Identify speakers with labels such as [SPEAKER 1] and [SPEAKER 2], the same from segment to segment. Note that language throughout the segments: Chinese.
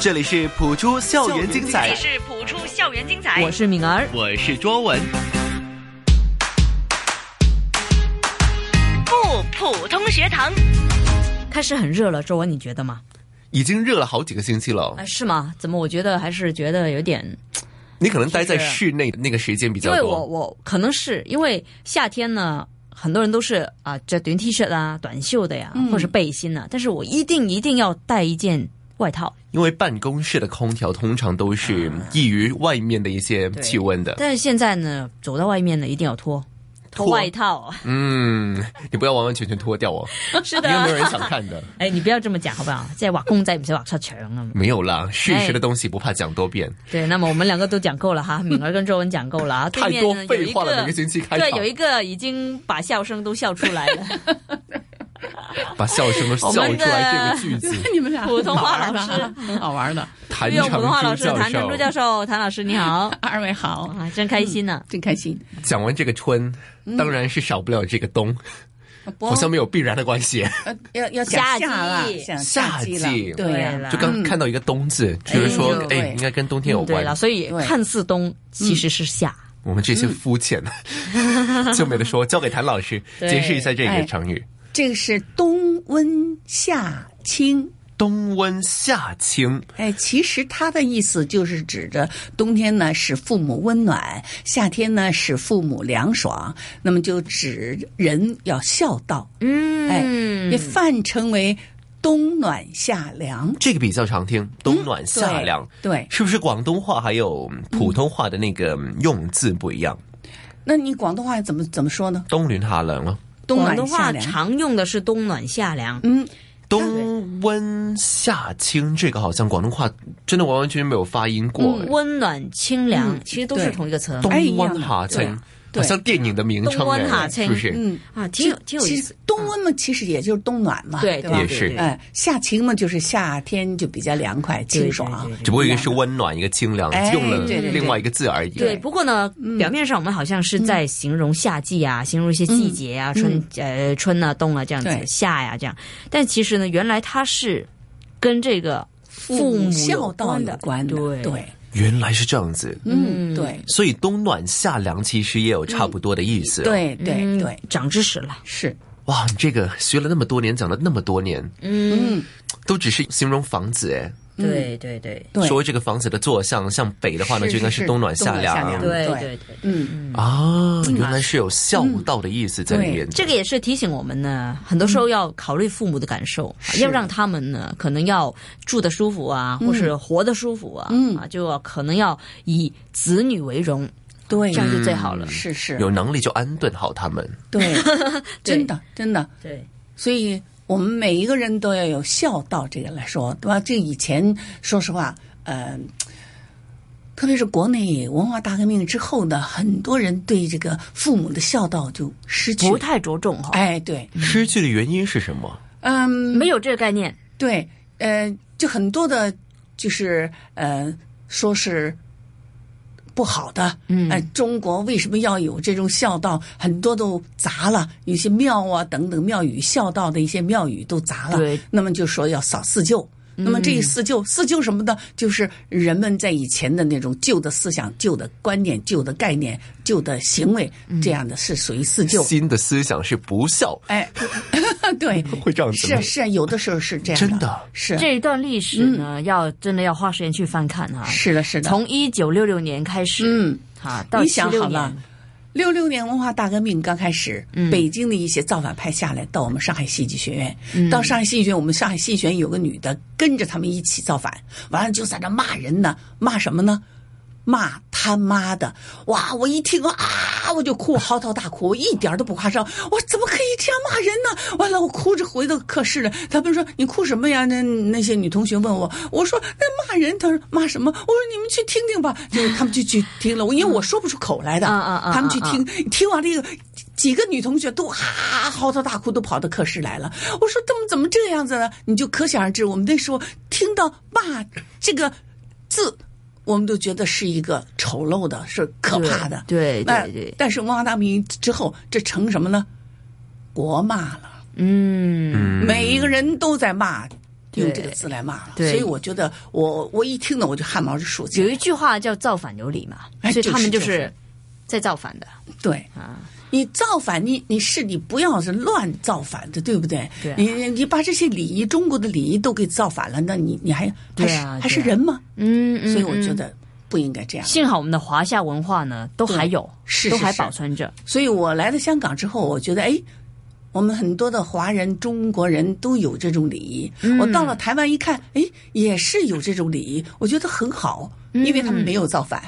[SPEAKER 1] 这里是普出校园精
[SPEAKER 2] 这
[SPEAKER 1] 彩
[SPEAKER 2] 里，是普出校园精彩，
[SPEAKER 3] 我是敏儿，
[SPEAKER 1] 我是卓文。
[SPEAKER 2] 不普通学堂。
[SPEAKER 3] 开始很热了，周文，你觉得吗？
[SPEAKER 1] 已经热了好几个星期了
[SPEAKER 3] 啊，，是吗？怎么我觉得还是觉得有点，
[SPEAKER 1] 你可能待在
[SPEAKER 3] 是
[SPEAKER 1] 室内那个时间比
[SPEAKER 3] 哎因
[SPEAKER 1] 较
[SPEAKER 3] 为我
[SPEAKER 1] 多。
[SPEAKER 3] 我可能是因为夏天呢，很多人都是啊着短 T 恤啊、短袖的呀，或者是背心啊，但是我一定一定要带一件外套。
[SPEAKER 1] 因为办公室的空调通常都是易于外面的一些气温的。
[SPEAKER 3] 但是现在呢，走到外面呢，一定要脱
[SPEAKER 1] 呃脱
[SPEAKER 3] 脱 外套。
[SPEAKER 1] 嗯，你不要完完全全脱掉哦，
[SPEAKER 3] 是
[SPEAKER 1] 因为没有
[SPEAKER 3] 的，
[SPEAKER 1] 人想看 的。
[SPEAKER 3] 哎，你不要这么讲好不好？即系画公仔唔使画出肠啊嘛。
[SPEAKER 1] 没有啦，事实的东西不怕讲多遍。
[SPEAKER 3] 对，那么我们两个都讲够了哈，敏儿跟周文讲够了 啊。对
[SPEAKER 1] 太
[SPEAKER 3] 面
[SPEAKER 1] 多
[SPEAKER 3] 呢有
[SPEAKER 1] 废
[SPEAKER 3] 一
[SPEAKER 1] 话了
[SPEAKER 3] 个
[SPEAKER 1] 每个星期开
[SPEAKER 3] 对，
[SPEAKER 1] 场
[SPEAKER 3] 有一个已经把笑声都笑出 来了。
[SPEAKER 1] 把笑声都笑
[SPEAKER 3] 我们
[SPEAKER 1] 出
[SPEAKER 3] 的
[SPEAKER 1] 来，这个句子
[SPEAKER 4] 你们俩
[SPEAKER 3] 普通话
[SPEAKER 4] 好玩
[SPEAKER 3] 老师
[SPEAKER 4] 吧，好玩的。
[SPEAKER 1] 谭
[SPEAKER 3] 有普
[SPEAKER 1] 长
[SPEAKER 3] 通话老
[SPEAKER 1] 珠
[SPEAKER 3] 师谭成珠
[SPEAKER 1] 教
[SPEAKER 3] 教
[SPEAKER 1] 授
[SPEAKER 3] 授，谭老师 你好，
[SPEAKER 4] 二位好，
[SPEAKER 3] 哇，真开心啊呢、
[SPEAKER 4] 真开心。
[SPEAKER 1] 讲完这个春，
[SPEAKER 3] 嗯
[SPEAKER 1] 当然是少不了这个冬，
[SPEAKER 4] 不
[SPEAKER 3] 啊
[SPEAKER 1] 好像没有必然的关系。
[SPEAKER 4] 呃要要
[SPEAKER 3] 夏
[SPEAKER 4] 讲
[SPEAKER 3] 季
[SPEAKER 4] 啦，讲夏季
[SPEAKER 1] 夏季
[SPEAKER 4] 了，对呀、
[SPEAKER 3] 啦
[SPEAKER 1] 就刚看到一个冬字，觉得说，
[SPEAKER 4] 对
[SPEAKER 1] 哎，应该跟冬天有
[SPEAKER 3] 嗯对
[SPEAKER 1] 关。
[SPEAKER 3] 了，所以
[SPEAKER 4] 对
[SPEAKER 3] 看似冬，其实是夏。
[SPEAKER 1] 我们这些肤浅， 就没得说，交给谭老师
[SPEAKER 3] 对
[SPEAKER 1] 解释一下这个成语
[SPEAKER 4] 这个是冬温夏清。
[SPEAKER 1] “冬温夏清
[SPEAKER 4] 哎，其实它的意思就是指着冬天呢使父母温暖，夏天呢使父母凉爽，那么就指人要孝道，哎
[SPEAKER 3] 嗯，
[SPEAKER 4] 也泛称为冬暖夏凉”，。
[SPEAKER 1] 这个比较常听，“冬暖夏
[SPEAKER 4] 对
[SPEAKER 1] 凉”
[SPEAKER 4] 对，
[SPEAKER 1] 是不是广东话还有普通话的那个用字不一样？
[SPEAKER 4] 那你广东话怎么怎么说呢？
[SPEAKER 1] 冬暖夏凉啊，
[SPEAKER 4] 冬
[SPEAKER 3] 广
[SPEAKER 4] 暖
[SPEAKER 3] 东
[SPEAKER 4] 夏
[SPEAKER 3] 话
[SPEAKER 4] 凉。
[SPEAKER 3] 常用的是冬暖夏凉。
[SPEAKER 4] 嗯，
[SPEAKER 1] 冬温夏清，这个好像广东话真的完完全全没有发音过。哎
[SPEAKER 3] 嗯温暖清凉，
[SPEAKER 4] 嗯
[SPEAKER 3] 其实都是
[SPEAKER 4] 对
[SPEAKER 3] 同一个词
[SPEAKER 1] 冬
[SPEAKER 4] 哎一样
[SPEAKER 1] 温
[SPEAKER 4] 的
[SPEAKER 1] 夏
[SPEAKER 4] 对
[SPEAKER 1] 清，好
[SPEAKER 4] 对
[SPEAKER 1] 像电影的名称，
[SPEAKER 3] 冬温
[SPEAKER 1] 哎
[SPEAKER 3] 夏清
[SPEAKER 1] 是不是？
[SPEAKER 4] 嗯，
[SPEAKER 3] 啊，挺有挺有
[SPEAKER 4] 其
[SPEAKER 3] 意
[SPEAKER 4] 实
[SPEAKER 3] 思。
[SPEAKER 4] 冬温嘛，其实也就是冬暖嘛，
[SPEAKER 3] 对
[SPEAKER 4] 对
[SPEAKER 3] 对
[SPEAKER 4] 吧？
[SPEAKER 1] 也是
[SPEAKER 3] 对
[SPEAKER 4] 哎，夏晴嘛，就是夏天就比较凉快、清爽
[SPEAKER 3] 对对。
[SPEAKER 1] 只不过一个是温暖，一个清凉，
[SPEAKER 4] 哎
[SPEAKER 1] 用了
[SPEAKER 4] 对对对
[SPEAKER 1] 另外一个字而已。
[SPEAKER 3] 对，嗯不过呢，表面上我们好像是在形容夏季啊，形容一些季节啊，春呃春啊、冬啊这样子，
[SPEAKER 4] 对
[SPEAKER 3] 夏呀、这样。但其实呢，原来它是跟这个父
[SPEAKER 4] 母
[SPEAKER 3] 母
[SPEAKER 4] 孝
[SPEAKER 3] 有
[SPEAKER 4] 道
[SPEAKER 3] 关的，
[SPEAKER 4] 有关的，
[SPEAKER 3] 对
[SPEAKER 4] 对，
[SPEAKER 1] 原来是这样子，
[SPEAKER 4] 嗯，对，
[SPEAKER 1] 所以冬暖夏凉其实也有差不多的意思。，
[SPEAKER 4] 对
[SPEAKER 3] 嗯
[SPEAKER 4] 对对，
[SPEAKER 3] 长知识了。
[SPEAKER 4] 是，
[SPEAKER 1] 哇，你这个学了那么多年，讲了那么多年，
[SPEAKER 4] 嗯，
[SPEAKER 1] 都只是形容房子哎。
[SPEAKER 3] 对对对
[SPEAKER 4] 对，
[SPEAKER 1] 说这个房子的坐向，像北的话呢，
[SPEAKER 4] 是
[SPEAKER 1] 就应该
[SPEAKER 4] 是
[SPEAKER 1] 是
[SPEAKER 4] 是
[SPEAKER 1] 冬暖
[SPEAKER 4] 冬
[SPEAKER 1] 夏
[SPEAKER 4] 暖
[SPEAKER 1] 凉。
[SPEAKER 4] 夏凉
[SPEAKER 3] 对
[SPEAKER 4] 对
[SPEAKER 3] 对对，
[SPEAKER 4] 嗯，
[SPEAKER 1] 啊，原来是有孝道的意思在里
[SPEAKER 4] 对
[SPEAKER 1] 面的。
[SPEAKER 3] 这个也是提醒我们呢，很多时候要考虑父母的感受，啊要让他们呢可能要住的舒服啊，或是活得舒服啊，
[SPEAKER 4] 嗯
[SPEAKER 3] 啊，就要可能要以子女为荣，
[SPEAKER 4] 对，嗯
[SPEAKER 3] 这样就最好了。
[SPEAKER 4] 是是，
[SPEAKER 1] 有能力就安顿好他们。
[SPEAKER 4] 对，真的真的，
[SPEAKER 3] 对。
[SPEAKER 4] 所以我们每一个人都要有孝道这个来说，对吧？这以前说实话，呃，特别是国内文化大革命之后呢，很多人对这个父母的孝道就失去
[SPEAKER 3] 不
[SPEAKER 4] 了。
[SPEAKER 3] 太着重哈，
[SPEAKER 4] 哎，对，
[SPEAKER 1] 失去的原因是什么？
[SPEAKER 4] 嗯，
[SPEAKER 3] 没有这个概念。
[SPEAKER 4] 对，呃，就很多的，就是呃，说是。不好的，嗯，哎，中国为什么要有这种孝道？很多都砸了，有些庙啊等等庙宇孝道的一些庙宇都砸了，
[SPEAKER 3] 对
[SPEAKER 4] 那么就说要扫四旧。那么这一四旧，四旧什么的，就是人们在以前的那种旧的思想、旧的观念、旧的概念、旧的行为，这样嗯的是属于四旧。
[SPEAKER 1] 新的思想是不孝，
[SPEAKER 4] 哎， 对，
[SPEAKER 1] 会这样子
[SPEAKER 4] 是
[SPEAKER 1] 吗
[SPEAKER 4] 啊？是啊，有的时候是这样
[SPEAKER 1] 真的
[SPEAKER 4] 是
[SPEAKER 3] 这一段历史呢，要真的要花时间去翻看哈。
[SPEAKER 4] 嗯是的，是的。
[SPEAKER 3] 从一九六六年开始，
[SPEAKER 4] 嗯，
[SPEAKER 3] 哈，到
[SPEAKER 4] 你
[SPEAKER 3] 七
[SPEAKER 4] 想
[SPEAKER 3] 六
[SPEAKER 4] 好了
[SPEAKER 3] 年，
[SPEAKER 4] 六六年文化大革命刚开始，北京的一些造反派下来到我们上海戏剧学院，到上海戏剧学院，我们上海戏剧学院有个女的跟着他们一起造反，完了就在那骂人呢，骂什么呢？骂他妈的！哇，我一听啊，我就哭，嚎啕大哭，我一点都不夸张。我怎么可以这样骂人呢？完了，我哭着回到课室了。他们说你哭什么呀？那那些女同学问我，我说那骂人。他说骂什么？我说你们去听听吧。就是他们就去听了，我因为我说不出口来的，
[SPEAKER 3] 嗯嗯嗯
[SPEAKER 4] 他们去听，听完这个。几个女同学都啊嚎啕大哭，都跑到课室来了。我说：“怎么怎么这个样子呢？”啊你就可想而知，我们那时候听到“骂”这个字，我们都觉得是一个丑陋的，是可怕的。
[SPEAKER 3] 对对
[SPEAKER 4] 那
[SPEAKER 3] 对对
[SPEAKER 4] 但是文化大革命之后，这成什么呢？国骂了，
[SPEAKER 3] 嗯，
[SPEAKER 4] 每一个人都在骂用这个字来骂了。
[SPEAKER 3] 对
[SPEAKER 4] 所以我觉得我我一听呢，我就汗毛就竖起
[SPEAKER 3] 有
[SPEAKER 4] 来
[SPEAKER 3] 一
[SPEAKER 4] 了。
[SPEAKER 3] 句话叫“造反有理”嘛，
[SPEAKER 4] 哎
[SPEAKER 3] 所以他们就
[SPEAKER 4] 就是
[SPEAKER 3] 是在造反的。
[SPEAKER 4] 对
[SPEAKER 3] 啊，
[SPEAKER 4] 你造反，你你是你不要是乱造反的，对不对？
[SPEAKER 3] 对啊
[SPEAKER 4] 你你把这些礼仪，中国的礼仪都给造反了，那你你还还
[SPEAKER 3] 对
[SPEAKER 4] 是、
[SPEAKER 3] 啊
[SPEAKER 4] 还是
[SPEAKER 3] 对啊
[SPEAKER 4] 人吗？
[SPEAKER 3] 嗯，嗯
[SPEAKER 4] 所以我觉
[SPEAKER 3] 嗯
[SPEAKER 4] 得不应该这样。
[SPEAKER 3] 幸好我们的华夏文化呢，都还有，
[SPEAKER 4] 是
[SPEAKER 3] 都
[SPEAKER 4] 是
[SPEAKER 3] 还
[SPEAKER 4] 是
[SPEAKER 3] 保存着。
[SPEAKER 4] 所以我来了香港之后，我觉得哎。我们很多的华人、中国人都有这种礼仪。
[SPEAKER 3] 嗯
[SPEAKER 4] 我到了台湾一看，哎，也是有这种礼仪，我觉得很好，
[SPEAKER 3] 嗯
[SPEAKER 4] 因为他们没有造反。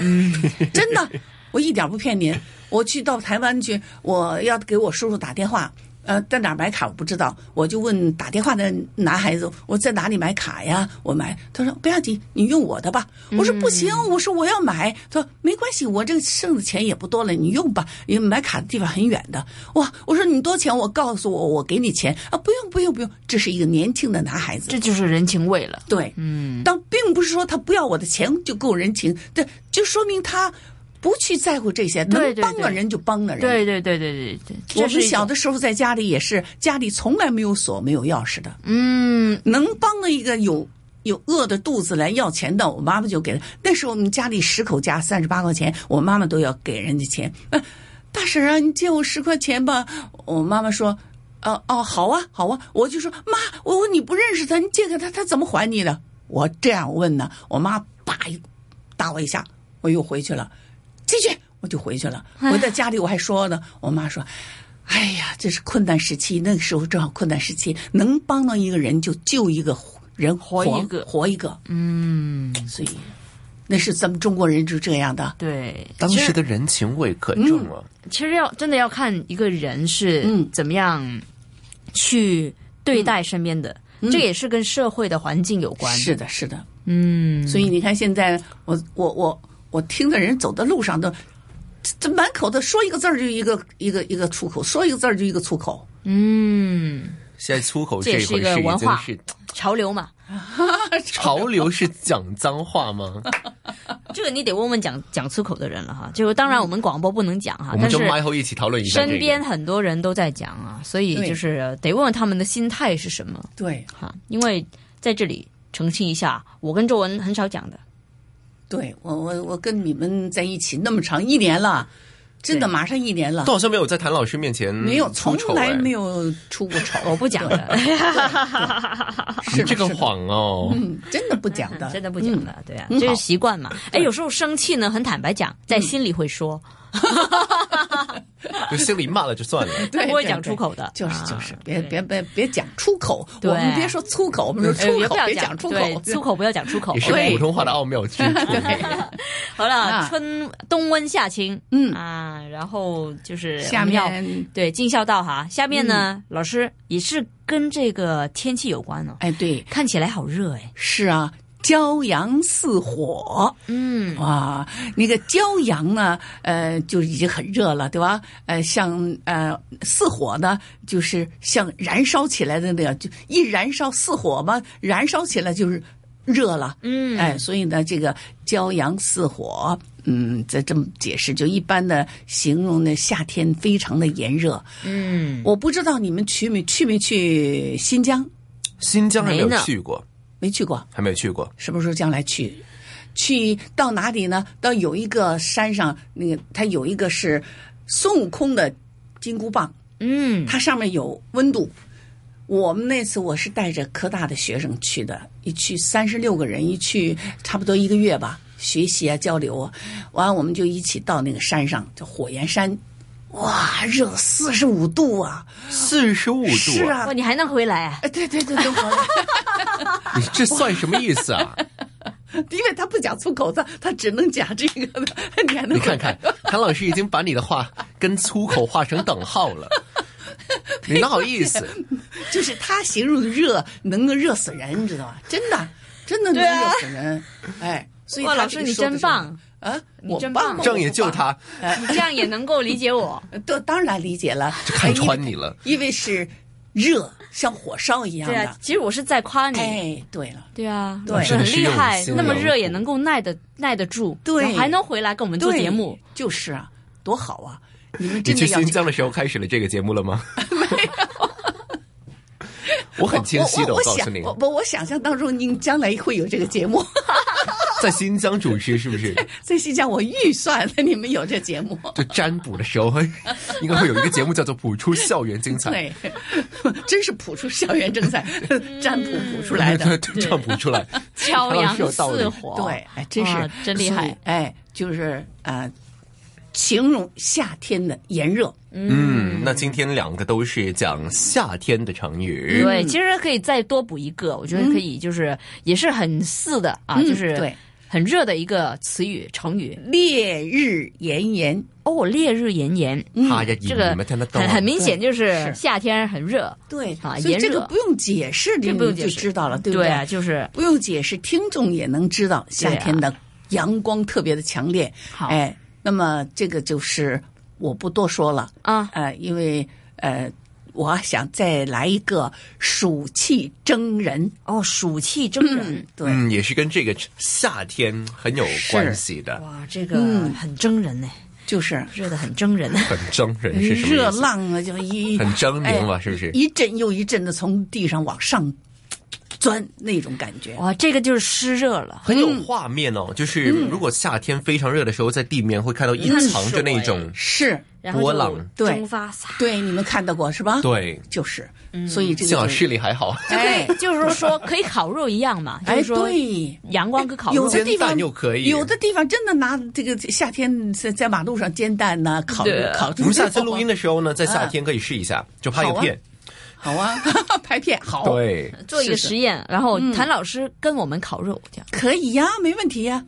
[SPEAKER 4] 嗯， 真的，我一点不骗您。我去到台湾去，我要给我叔叔打电话，呃，在哪儿买卡我不知道，我就问打电话的男孩子，我在哪里买卡呀？我买，他说不要紧，你用我的吧。我说不行，我说我要买，他说没关系，我这个剩的钱也不多了，你用吧。因为买卡的地方很远的，哇！我说你多少钱？我告诉我，我给你钱啊！不用不用不用，这是一个年轻的男孩子，
[SPEAKER 3] 这就是人情味了。
[SPEAKER 4] 对，嗯，但并不是说他不要我的钱就够人情，对，就说明他不去在乎这些，
[SPEAKER 3] 对对
[SPEAKER 4] 能帮了
[SPEAKER 3] 对
[SPEAKER 4] 人就帮了人。
[SPEAKER 3] 对对对对对对，
[SPEAKER 4] 我
[SPEAKER 3] 这是
[SPEAKER 4] 们
[SPEAKER 3] 一
[SPEAKER 4] 小
[SPEAKER 3] 种
[SPEAKER 4] 的时候在家里也是，家里从来没有锁，没有钥匙的，
[SPEAKER 3] 嗯，
[SPEAKER 4] 能帮了一个有有饿的肚子来要钱的，我妈妈就给了。那时候我们家里十口家三十八块钱，我妈妈都要给人家钱。呃、大婶啊，你借我十块钱吧。我妈妈说。哦哦，好啊，好啊，我就说妈，我我你不认识他，你借给他，他怎么还你的？我这样问呢，我妈叭一打我一下，我又回去了，进去我就回去了。回到家里我还说呢，我妈说：“哎呀，这是困难时期，那个时候正好困难时期，能帮到一个人就救一个人，活
[SPEAKER 3] 活一个
[SPEAKER 4] 活一个。”嗯，所以那是咱们中国人就这样的。
[SPEAKER 3] 对。
[SPEAKER 1] 当
[SPEAKER 3] 其
[SPEAKER 1] 时
[SPEAKER 3] 实
[SPEAKER 1] 的人情味可重啊了、
[SPEAKER 3] 其实要真的要看一个人是
[SPEAKER 4] 嗯
[SPEAKER 3] 怎么样去对待身边的，这也是跟社会的环境有关。
[SPEAKER 4] 嗯是，的，是的。
[SPEAKER 3] 嗯，
[SPEAKER 4] 所以你看，现在我我我我听的人走在路上都，这这满口的说一个字儿就一个一个一个出口，说一个字儿就一个出口。
[SPEAKER 3] 嗯，
[SPEAKER 1] 现在粗口
[SPEAKER 3] 这也
[SPEAKER 1] 一
[SPEAKER 3] 是
[SPEAKER 1] 回
[SPEAKER 3] 一个
[SPEAKER 1] 事，已
[SPEAKER 3] 文
[SPEAKER 1] 经
[SPEAKER 3] 化
[SPEAKER 1] 是
[SPEAKER 3] 潮流嘛，
[SPEAKER 1] 潮流是讲脏话吗？
[SPEAKER 3] 这个你得问问讲讲出口的人了哈。就当然我们广播不能讲哈，
[SPEAKER 1] 嗯我们
[SPEAKER 3] 但
[SPEAKER 1] 就是麦后一起讨论一下、这个。
[SPEAKER 3] 身边很多人都在讲啊，所以
[SPEAKER 4] 对
[SPEAKER 3] 就是得问问他们的心态是什么
[SPEAKER 4] 对
[SPEAKER 3] 哈。因为在这里澄清一下，我跟周文很少讲的，
[SPEAKER 4] 对，我我我跟你们在一起那么长一年了，真的
[SPEAKER 3] 对
[SPEAKER 4] 马上一年了
[SPEAKER 1] 都。好像没有在谭老师面前
[SPEAKER 4] 没有，
[SPEAKER 1] 出
[SPEAKER 4] 从
[SPEAKER 1] 丑
[SPEAKER 4] 来
[SPEAKER 1] 哎
[SPEAKER 4] 没有出过 丑，
[SPEAKER 3] 我不讲的，
[SPEAKER 1] 你
[SPEAKER 4] 是的
[SPEAKER 1] 这个
[SPEAKER 4] 是的
[SPEAKER 1] 谎哦。
[SPEAKER 4] 嗯，真的不讲 的，
[SPEAKER 3] 真的不讲的，对啊，
[SPEAKER 4] 嗯
[SPEAKER 3] 这
[SPEAKER 4] 好
[SPEAKER 3] 是习惯嘛。哎，有时候生气呢，很坦白讲，在心里会说，
[SPEAKER 1] 就心里骂了就算了。
[SPEAKER 4] 对，
[SPEAKER 3] 不会
[SPEAKER 4] 对
[SPEAKER 3] 讲出口的
[SPEAKER 4] 对就是
[SPEAKER 3] 啊
[SPEAKER 4] 就是，别
[SPEAKER 3] 对
[SPEAKER 4] 别别别讲出口，
[SPEAKER 3] 对
[SPEAKER 4] 我们别说粗口，我们说
[SPEAKER 3] 哎
[SPEAKER 4] 出
[SPEAKER 3] 也
[SPEAKER 4] 口
[SPEAKER 3] 不，要
[SPEAKER 4] 别讲出
[SPEAKER 3] 对
[SPEAKER 4] 口，
[SPEAKER 3] 出口不要讲出口
[SPEAKER 1] 也。是
[SPEAKER 4] 对
[SPEAKER 1] 普通话的奥妙之处。
[SPEAKER 3] 好了，
[SPEAKER 4] 啊
[SPEAKER 3] 春冬温夏清，
[SPEAKER 4] 嗯
[SPEAKER 3] 啊，然后就是
[SPEAKER 4] 下
[SPEAKER 3] 我们要
[SPEAKER 4] 面嗯
[SPEAKER 3] 对尽孝道哈。下面呢，老师也是跟这个天气有关哦。
[SPEAKER 4] 哎，对，
[SPEAKER 3] 看起来好热哎，
[SPEAKER 4] 是啊，骄阳似火，
[SPEAKER 3] 嗯，
[SPEAKER 4] 哇，那个骄阳呢，呃，就已经很热了，对吧？呃，像呃似火呢，就是像燃烧起来的那样，就一燃烧似火嘛，燃烧起来就是热了。
[SPEAKER 3] 嗯
[SPEAKER 4] 哎，所以呢，这个骄阳似火，嗯，这这么解释，就一般的形容呢，夏天非常的炎热。
[SPEAKER 3] 嗯，
[SPEAKER 4] 我不知道你们去没去没去新疆？
[SPEAKER 1] 新疆还没有
[SPEAKER 3] 没呢
[SPEAKER 1] 去过，
[SPEAKER 4] 没去过。
[SPEAKER 1] 还没有去过。
[SPEAKER 4] 什么时候将来去？去到哪里呢？到有一个山上，那个它有一个是孙悟空的金箍棒，
[SPEAKER 3] 嗯，
[SPEAKER 4] 它上面有温度。我们那次我是带着科大的学生去的，一去三十六个人，一去差不多一个月吧，学习啊交流啊，完我们就一起到那个山上，叫火焰山，哇，热四十五度啊！
[SPEAKER 1] 四十五
[SPEAKER 4] 是
[SPEAKER 1] 度、
[SPEAKER 4] 啊
[SPEAKER 3] 哇，，你还能回来啊？
[SPEAKER 4] 哎，对对对， 等会儿。
[SPEAKER 1] 你这算什么意思啊？
[SPEAKER 4] 因为他不讲粗口，他他只能讲这个 的。你还能
[SPEAKER 1] 你看看，谭老师已经把你的话跟粗口画成等号了，你哪好意思？
[SPEAKER 4] 就是他形容的热能够热死人，你知道吧？真的，真的能热死人。哎，所以
[SPEAKER 3] 啊哇
[SPEAKER 4] 他
[SPEAKER 3] 老
[SPEAKER 4] 这
[SPEAKER 3] 师
[SPEAKER 4] 个
[SPEAKER 3] 你
[SPEAKER 4] 说的
[SPEAKER 3] 真
[SPEAKER 4] 时候
[SPEAKER 3] 棒
[SPEAKER 4] 啊！
[SPEAKER 3] 你
[SPEAKER 4] 我
[SPEAKER 3] 真
[SPEAKER 4] 棒
[SPEAKER 3] 棒
[SPEAKER 4] 吗，
[SPEAKER 1] 正也就
[SPEAKER 4] 我不棒，
[SPEAKER 1] 他
[SPEAKER 3] 你这样也能够理解我，
[SPEAKER 4] 都当然理解了， 哎
[SPEAKER 1] 就看穿你了。
[SPEAKER 4] 因为是热，像火烧 一样
[SPEAKER 3] 对啊
[SPEAKER 4] 的。，
[SPEAKER 3] 其实我是在夸你，
[SPEAKER 4] 哎，对了，
[SPEAKER 3] 对啊，
[SPEAKER 4] 对
[SPEAKER 3] 老师很厉
[SPEAKER 1] 真的，是用
[SPEAKER 3] 害
[SPEAKER 1] 心
[SPEAKER 3] 那么
[SPEAKER 1] 良苦
[SPEAKER 3] 热也能够耐得耐得住，
[SPEAKER 4] 对
[SPEAKER 3] 然后还能回来跟我们做
[SPEAKER 4] 对
[SPEAKER 3] 节目，
[SPEAKER 4] 就是啊，多好啊！你们
[SPEAKER 1] 你
[SPEAKER 4] 真的
[SPEAKER 1] 去
[SPEAKER 4] 要
[SPEAKER 1] 新疆的时候开始了这个节目了吗？我很清晰的，
[SPEAKER 4] 我
[SPEAKER 1] 我告
[SPEAKER 4] 想
[SPEAKER 1] 诉你
[SPEAKER 4] 我，我我想象当中您将来会有这个节目，
[SPEAKER 1] 在新疆主持是不是？
[SPEAKER 4] 在新疆我预算 了你们有这节目。
[SPEAKER 1] 就占卜的时候， 应该会有一个节目叫做“谱出校园精彩”。
[SPEAKER 4] 对，嗯真是谱出校园正在占卜谱出来的。
[SPEAKER 1] 对， 对占卜出来，
[SPEAKER 3] 骄
[SPEAKER 1] 他
[SPEAKER 3] 阳
[SPEAKER 1] 是有道理
[SPEAKER 3] 似。火，
[SPEAKER 4] 对，哎，真是
[SPEAKER 3] 哇真厉
[SPEAKER 4] 所以
[SPEAKER 3] 害。
[SPEAKER 4] 哎，就是呃，形容夏天的炎热，
[SPEAKER 1] 嗯，那今天两个都是讲夏天的成语。
[SPEAKER 3] 对，其实可以再多补一个，我觉得可以，就是也是很似的啊，
[SPEAKER 4] 嗯
[SPEAKER 3] 就是
[SPEAKER 4] 对
[SPEAKER 3] 很热的一个词语成语
[SPEAKER 4] 烈日炎炎，
[SPEAKER 3] 哦，烈日炎炎，
[SPEAKER 4] 嗯
[SPEAKER 1] 哈呀，你
[SPEAKER 3] 这个
[SPEAKER 1] 们听得懂啊
[SPEAKER 3] 很很明显就是
[SPEAKER 4] 是
[SPEAKER 3] 夏天很热，
[SPEAKER 4] 对
[SPEAKER 3] 啊
[SPEAKER 4] 所以
[SPEAKER 3] 炎
[SPEAKER 4] 这个
[SPEAKER 3] 热
[SPEAKER 4] 不用解释，你
[SPEAKER 3] 这不用
[SPEAKER 4] 们
[SPEAKER 3] 解
[SPEAKER 4] 就
[SPEAKER 3] 释
[SPEAKER 4] 知道了，对不
[SPEAKER 3] 对啊，就是
[SPEAKER 4] 不用解释，听众也能知道夏
[SPEAKER 3] 对啊
[SPEAKER 4] 天的阳光特别的强烈。
[SPEAKER 3] 好
[SPEAKER 4] 哎，那么这个就是我不多说了，
[SPEAKER 3] 啊，
[SPEAKER 4] 呃，因为呃，我想再来一个暑气蒸人，
[SPEAKER 3] 哦，暑气蒸人，
[SPEAKER 4] 对，
[SPEAKER 1] 嗯，也是跟这个夏天很有关系的，
[SPEAKER 3] 哇，这个
[SPEAKER 4] 嗯
[SPEAKER 3] 很蒸人呢，
[SPEAKER 4] 就是
[SPEAKER 3] 热的很蒸人，
[SPEAKER 1] 很蒸人是什么意思？
[SPEAKER 4] 热浪啊，就一
[SPEAKER 1] 很狰狞吧
[SPEAKER 4] 哎
[SPEAKER 1] 是不是
[SPEAKER 4] 一阵又一阵的从地上往上钻那种感觉，
[SPEAKER 1] 哦
[SPEAKER 3] 哇，这个就是湿热了，
[SPEAKER 1] 很有画面哦，就是
[SPEAKER 3] 嗯
[SPEAKER 1] 如果夏天非常热的时候，在地面会看到一藏着那种，
[SPEAKER 3] 嗯
[SPEAKER 4] 是
[SPEAKER 3] 然后
[SPEAKER 1] 波
[SPEAKER 3] 就
[SPEAKER 1] 浪
[SPEAKER 4] 对
[SPEAKER 3] 蒸发洒，
[SPEAKER 4] 对，你们看到过是吧？，
[SPEAKER 1] 对，
[SPEAKER 4] 就是，
[SPEAKER 3] 嗯
[SPEAKER 4] 所以这个
[SPEAKER 1] 幸好
[SPEAKER 4] 就
[SPEAKER 1] 视力还好，
[SPEAKER 3] 就可
[SPEAKER 4] 哎
[SPEAKER 3] 以就是说可以烤肉一样嘛，就
[SPEAKER 4] 哎
[SPEAKER 3] 是说
[SPEAKER 4] 对。
[SPEAKER 3] 阳光跟烤
[SPEAKER 4] 有
[SPEAKER 3] 肉
[SPEAKER 4] 的
[SPEAKER 1] 煎
[SPEAKER 4] 地方
[SPEAKER 1] 蛋又可以
[SPEAKER 4] 有的地方真的拿这个夏天在在马路上煎蛋呐、烤
[SPEAKER 3] 对啊
[SPEAKER 4] 烤。
[SPEAKER 1] 我们下次录音的时候呢，在夏天可以试一下，就拍个片，
[SPEAKER 4] 好啊， 拍片
[SPEAKER 3] 啊
[SPEAKER 4] 好，，
[SPEAKER 1] 对，
[SPEAKER 3] 做一个
[SPEAKER 4] 是的
[SPEAKER 3] 实验，然后谭老师跟我们烤肉这样。
[SPEAKER 4] 可以呀、没问题呀、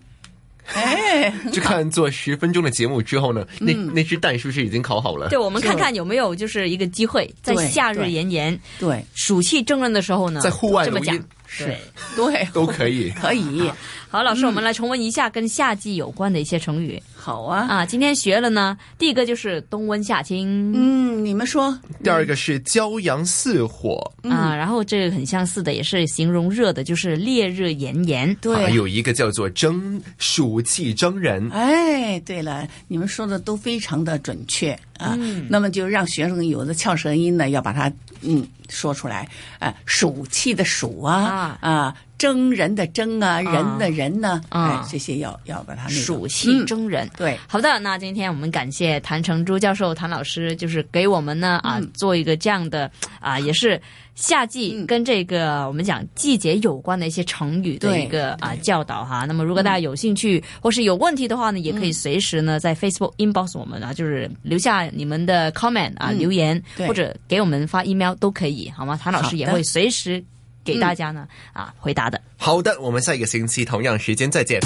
[SPEAKER 4] 哎，
[SPEAKER 1] 就看做十分钟的节目之后呢，那
[SPEAKER 3] 嗯
[SPEAKER 1] 那只蛋是不是已经烤好了
[SPEAKER 3] 对，？我们看看有没有就是一个机会，在
[SPEAKER 4] 对
[SPEAKER 3] 夏日
[SPEAKER 4] 对
[SPEAKER 3] 炎炎、
[SPEAKER 4] 对
[SPEAKER 3] 暑气蒸润的时候呢，
[SPEAKER 1] 在户外
[SPEAKER 3] 这么
[SPEAKER 1] 录
[SPEAKER 3] 讲
[SPEAKER 1] 音。
[SPEAKER 3] 对，嗯
[SPEAKER 4] 对，
[SPEAKER 1] 都可以。
[SPEAKER 4] 可以，
[SPEAKER 3] 好，老师，我们来重温一下跟夏季有关的一些成语
[SPEAKER 4] 好啊，
[SPEAKER 3] 啊。今天学了呢，第一个就是冬温夏清
[SPEAKER 4] 嗯，你们说，
[SPEAKER 1] 第二个是骄阳似火，
[SPEAKER 3] 啊，然后这个很相似的，也是形容热的，就是烈日炎炎。
[SPEAKER 1] 还
[SPEAKER 4] 对。
[SPEAKER 1] 有一个叫做蒸暑气蒸人。
[SPEAKER 4] 哎，对了，你们说的都非常的准确啊。那么就让学生有的翘舌音呢，要把它嗯说出来。啊，暑气的暑啊，啊，蒸人的蒸啊，人的人呢，
[SPEAKER 3] 啊
[SPEAKER 4] 哎，这些要要把它那个
[SPEAKER 3] 暑气
[SPEAKER 4] 嗯
[SPEAKER 3] 蒸人。
[SPEAKER 4] 对，
[SPEAKER 3] 好的，那今天我们感谢谭成珠教授、谭老师，就是给我们呢啊、做一个这样的啊，也是夏季
[SPEAKER 4] 嗯
[SPEAKER 3] 跟这个、我们讲季节有关的一些成语的
[SPEAKER 4] 对
[SPEAKER 3] 一个啊教导哈。那么如果大家有兴趣、或是有问题的话呢，也可以随时呢在 Facebook inbox 我们啊，就是留下你们的 comment 啊、
[SPEAKER 4] 嗯
[SPEAKER 3] 留言，
[SPEAKER 4] 对
[SPEAKER 3] 或者给我们发 email 都可以，好吗？谭老
[SPEAKER 4] 好
[SPEAKER 3] 师
[SPEAKER 4] 的嗯
[SPEAKER 3] 也会随时给大家呢、啊回答的。
[SPEAKER 1] 好的，我们下一个星期同样时间再见。